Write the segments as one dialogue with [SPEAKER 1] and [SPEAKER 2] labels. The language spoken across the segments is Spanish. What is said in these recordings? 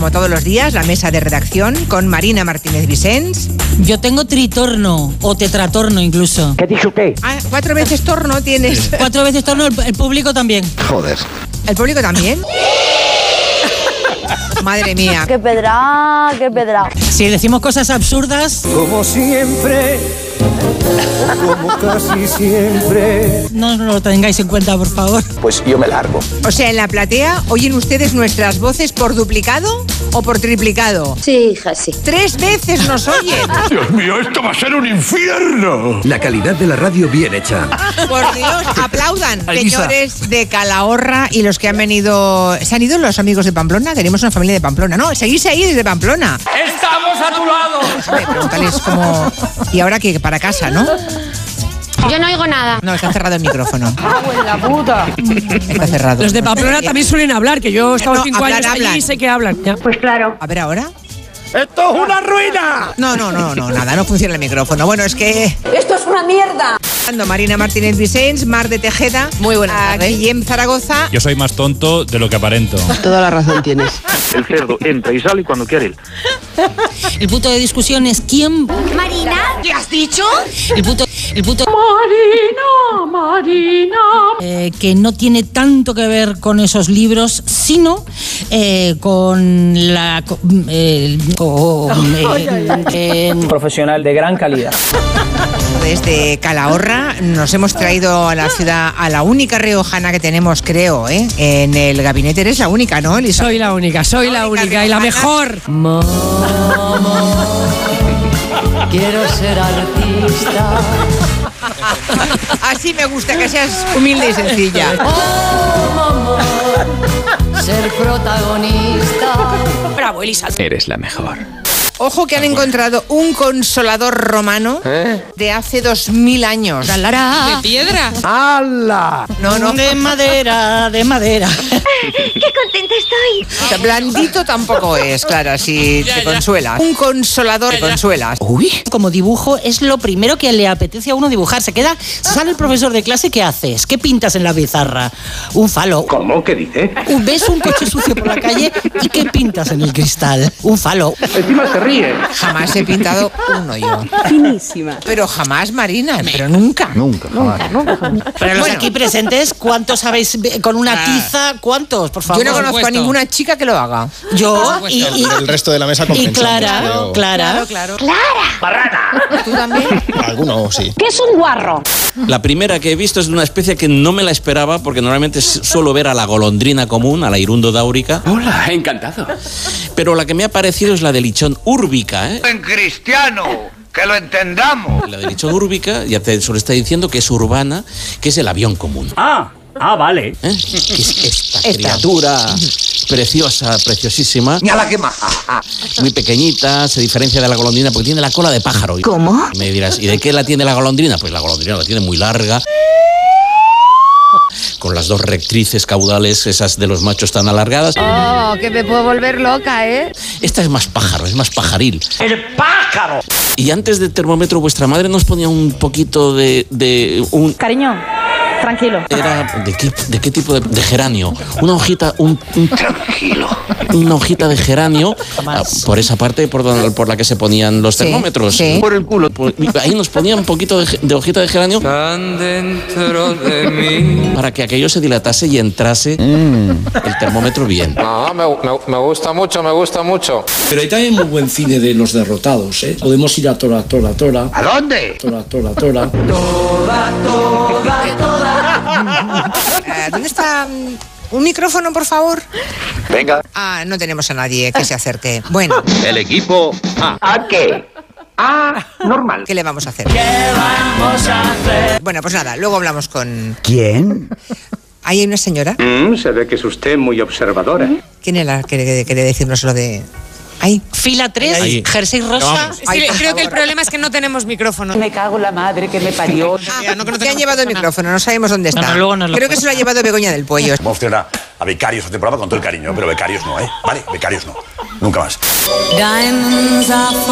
[SPEAKER 1] Como todos los días, la mesa de redacción con Marina Martínez Vicens.
[SPEAKER 2] Yo tengo tritorno o tetratorno incluso.
[SPEAKER 3] ¿Qué dice usted?
[SPEAKER 1] Ah, cuatro veces torno tienes.
[SPEAKER 2] Cuatro veces torno el, el público también.
[SPEAKER 4] Joder.
[SPEAKER 1] ¿El público también? Madre mía.
[SPEAKER 5] ¡Qué pedra! ¡Qué pedra!
[SPEAKER 2] Si decimos cosas absurdas,
[SPEAKER 6] Como siempre, o como casi siempre.
[SPEAKER 2] no lo tengáis en cuenta, por favor.
[SPEAKER 7] pues yo me largo.
[SPEAKER 1] O sea, en la platea, ¿oyen ustedes nuestras voces por duplicado o por triplicado?
[SPEAKER 5] Sí, hija, sí.
[SPEAKER 1] Tres veces nos oyen.
[SPEAKER 8] Dios mío, esto va a ser un infierno.
[SPEAKER 9] La calidad de la radio bien hecha.
[SPEAKER 1] Por Dios, aplaudan,
[SPEAKER 9] Alisa.
[SPEAKER 1] señores de Calahorra y los que han venido. ¿Se han ido los amigos de Pamplona? Tenemos una familia de Pamplona. No, seguís ahí desde Pamplona.
[SPEAKER 8] ¡Estamos a tu lado!
[SPEAKER 1] Hombre, preguntarles cómo. ¿Y ahora qué? Para casa, ¿no?
[SPEAKER 5] Yo no oigo nada.
[SPEAKER 1] No, está cerrado el micrófono. Está cerrado. Eh,
[SPEAKER 10] Los de Pamplona también suelen hablar, que yo he estado
[SPEAKER 1] No,
[SPEAKER 10] cinco
[SPEAKER 1] hablar,
[SPEAKER 10] años allí
[SPEAKER 1] hablan.
[SPEAKER 10] y sé que hablan. ya. pues.
[SPEAKER 1] A ver, ahora.
[SPEAKER 8] ¡Esto es una ruina!
[SPEAKER 1] No, no, no, no, nada, no funciona el micrófono. Bueno, es que.
[SPEAKER 5] ¡Esto es una mierda!
[SPEAKER 1] Ando, Marina Martínez Vicens, Mar de Tejeda.
[SPEAKER 2] Muy buenas
[SPEAKER 1] a
[SPEAKER 2] tardes.
[SPEAKER 1] Guillem Zaragoza.
[SPEAKER 11] Yo soy más tonto de lo que aparento.
[SPEAKER 3] Toda la razón tienes.
[SPEAKER 7] El cerdo entra y sale cuando quiere.
[SPEAKER 2] El punto de discusión es quién.
[SPEAKER 5] ¿Marina?
[SPEAKER 2] ¿Qué has dicho? El punto. El punto. eh, que no tiene tanto que ver con esos libros, sino eh, con la. co- eh, con, eh, eh,
[SPEAKER 6] Profesional de gran calidad.
[SPEAKER 1] Desde Calahorra nos hemos traído a la ciudad a la única riojana que tenemos, creo, ¿eh? en el gabinete. Eres la única, ¿no, Elisa?
[SPEAKER 10] Soy la única, soy la
[SPEAKER 1] Mónica
[SPEAKER 10] única y la
[SPEAKER 1] Riojana.
[SPEAKER 10] mejor.
[SPEAKER 3] Quiero ser artista.
[SPEAKER 1] Así me gusta que seas humilde y sencilla.
[SPEAKER 3] Ser protagonista.
[SPEAKER 10] Bravo, Elisa.
[SPEAKER 7] Eres la mejor.
[SPEAKER 1] Ojo que han encontrado un consolador romano
[SPEAKER 4] ¿Eh?
[SPEAKER 1] de hace dos mil años.
[SPEAKER 2] de piedra.
[SPEAKER 8] ¡Hala!
[SPEAKER 1] No, no.
[SPEAKER 2] De madera, de madera.
[SPEAKER 1] Blandito tampoco es, claro, si te consuelas. Un consolador te consuelas.
[SPEAKER 2] Como dibujo es lo primero que le apetece a uno dibujar. Se queda, sale el profesor de clase, ¿qué haces? ¿Qué pintas en la bizarra? Un falo.
[SPEAKER 7] ¿Cómo? ¿Qué dice?
[SPEAKER 2] Un- Ves un coche sucio por la calle y ¿qué pintas en el cristal? Un falo.
[SPEAKER 7] Encima se ríe.
[SPEAKER 1] Jamás he pintado uno yo.
[SPEAKER 3] Finísima.
[SPEAKER 1] Pero jamás, Marina, pero nunca.
[SPEAKER 4] Nunca, jamás.
[SPEAKER 2] Pero los
[SPEAKER 1] Bueno.
[SPEAKER 2] aquí presentes, ¿cuántos habéis eh, con una tiza? ¿Cuántos, por favor?
[SPEAKER 1] Yo no conozco a ninguna chica que lo haga.
[SPEAKER 2] Yo y, y-
[SPEAKER 9] El resto de la mesa
[SPEAKER 2] y
[SPEAKER 9] compensamos,
[SPEAKER 2] Clara,
[SPEAKER 9] creo.
[SPEAKER 2] Clara.
[SPEAKER 1] ¿Tú también?
[SPEAKER 9] Algunos sí.
[SPEAKER 5] ¿Qué es un guarro?
[SPEAKER 7] La primera que he visto es de una especie que no me la esperaba porque normalmente s- suelo ver a la golondrina común, a la irundo dáurica. Hola, encantado. Pero la que me ha parecido es la de lichón úrbica, ¿eh?
[SPEAKER 8] En cristiano, que lo entendamos.
[SPEAKER 7] La de lichón úrbica, ya te se lo está diciendo que es urbana, que es el avión común.
[SPEAKER 6] Ah, ah, vale.
[SPEAKER 7] ¿eh? Que es esta, criatura preciosa, preciosísima.
[SPEAKER 8] Ni a la quema.
[SPEAKER 7] muy pequeñita, se diferencia de la golondrina porque tiene la cola de pájaro. ¿Cómo? Me dirás, ¿y de qué la tiene la golondrina? Pues la golondrina la tiene muy larga. Con las dos rectrices caudales, esas de los machos tan alargadas.
[SPEAKER 5] Oh, que me puedo volver loca, ¿eh?
[SPEAKER 7] Esta es más pájaro, es más pajaril.
[SPEAKER 6] ¡El pájaro!
[SPEAKER 7] Y antes del termómetro, vuestra madre nos ponía un poquito de. de un,
[SPEAKER 5] Cariño, tranquilo.
[SPEAKER 7] era, ¿de qué, de qué tipo de, de geranio? Una hojita, un, un- una hojita de geranio ah, por esa parte por, donde- por la que se ponían los
[SPEAKER 1] Sí,
[SPEAKER 7] termómetros.
[SPEAKER 1] sí.
[SPEAKER 7] Por el culo. por- ahí nos ponían un poquito de, ge- de hojita de geranio
[SPEAKER 6] Tan dentro de mí.
[SPEAKER 7] para que aquello se dilatase y entrase el termómetro bien.
[SPEAKER 8] No, me, gusta mucho, me gusta mucho.
[SPEAKER 6] Pero hay también muy buen cine de los derrotados, ¿eh? Podemos ir a Tora, Tora, Tora.
[SPEAKER 8] ¿A dónde?
[SPEAKER 6] Tora, Tora, Tora.
[SPEAKER 1] Eh, ¿Dónde está mm, un micrófono, por favor?
[SPEAKER 8] Venga.
[SPEAKER 1] Ah, no tenemos a nadie que se acerque. Bueno,
[SPEAKER 8] El equipo A. ¿A qué? A normal.
[SPEAKER 1] ¿qué le vamos a hacer? Bueno, pues nada, luego hablamos con...
[SPEAKER 3] ¿Quién?
[SPEAKER 1] Ahí hay una señora.
[SPEAKER 7] Mm, se ve que es usted muy observadora.
[SPEAKER 1] ¿Quién era la que que- quería decirnos lo de...? Ahí.
[SPEAKER 2] Fila 3,
[SPEAKER 7] Ahí.
[SPEAKER 2] jersey rosa.
[SPEAKER 1] Ay, por favor.
[SPEAKER 10] problema es que no tenemos micrófono.
[SPEAKER 3] Me cago en la madre que me parió.
[SPEAKER 1] Ah, te han llevado el micrófono, no sabemos dónde está.
[SPEAKER 2] no, luego nos lo
[SPEAKER 1] Creo que se lo ha llevado Begoña del Puello.
[SPEAKER 8] Emociona a becarios este programa con todo el cariño, pero becarios no, ¿eh? Vale, becarios no. Nunca más.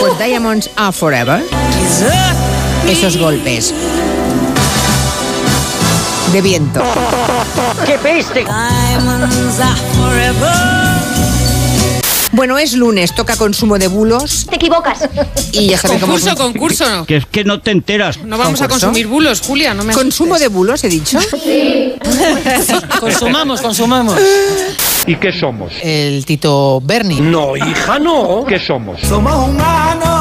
[SPEAKER 1] Pues Diamonds are forever. Esos golpes. De viento.
[SPEAKER 3] ¡Qué peste!
[SPEAKER 1] Bueno, es lunes, toca consumo de bulos. Te equivocas. Y ya sabes cómo
[SPEAKER 10] Concurso, concurso. no.
[SPEAKER 4] Que es que no te enteras.
[SPEAKER 10] No vamos a
[SPEAKER 1] ¿Concurso?
[SPEAKER 10] consumir bulos, Julia, no me
[SPEAKER 1] ¿Consumo de bulos, he dicho? Sí.
[SPEAKER 2] consumamos, consumamos.
[SPEAKER 4] ¿Y qué somos?
[SPEAKER 1] El Tito Berni.
[SPEAKER 4] No, hija, no. ¿Qué somos?
[SPEAKER 12] Somos humanos.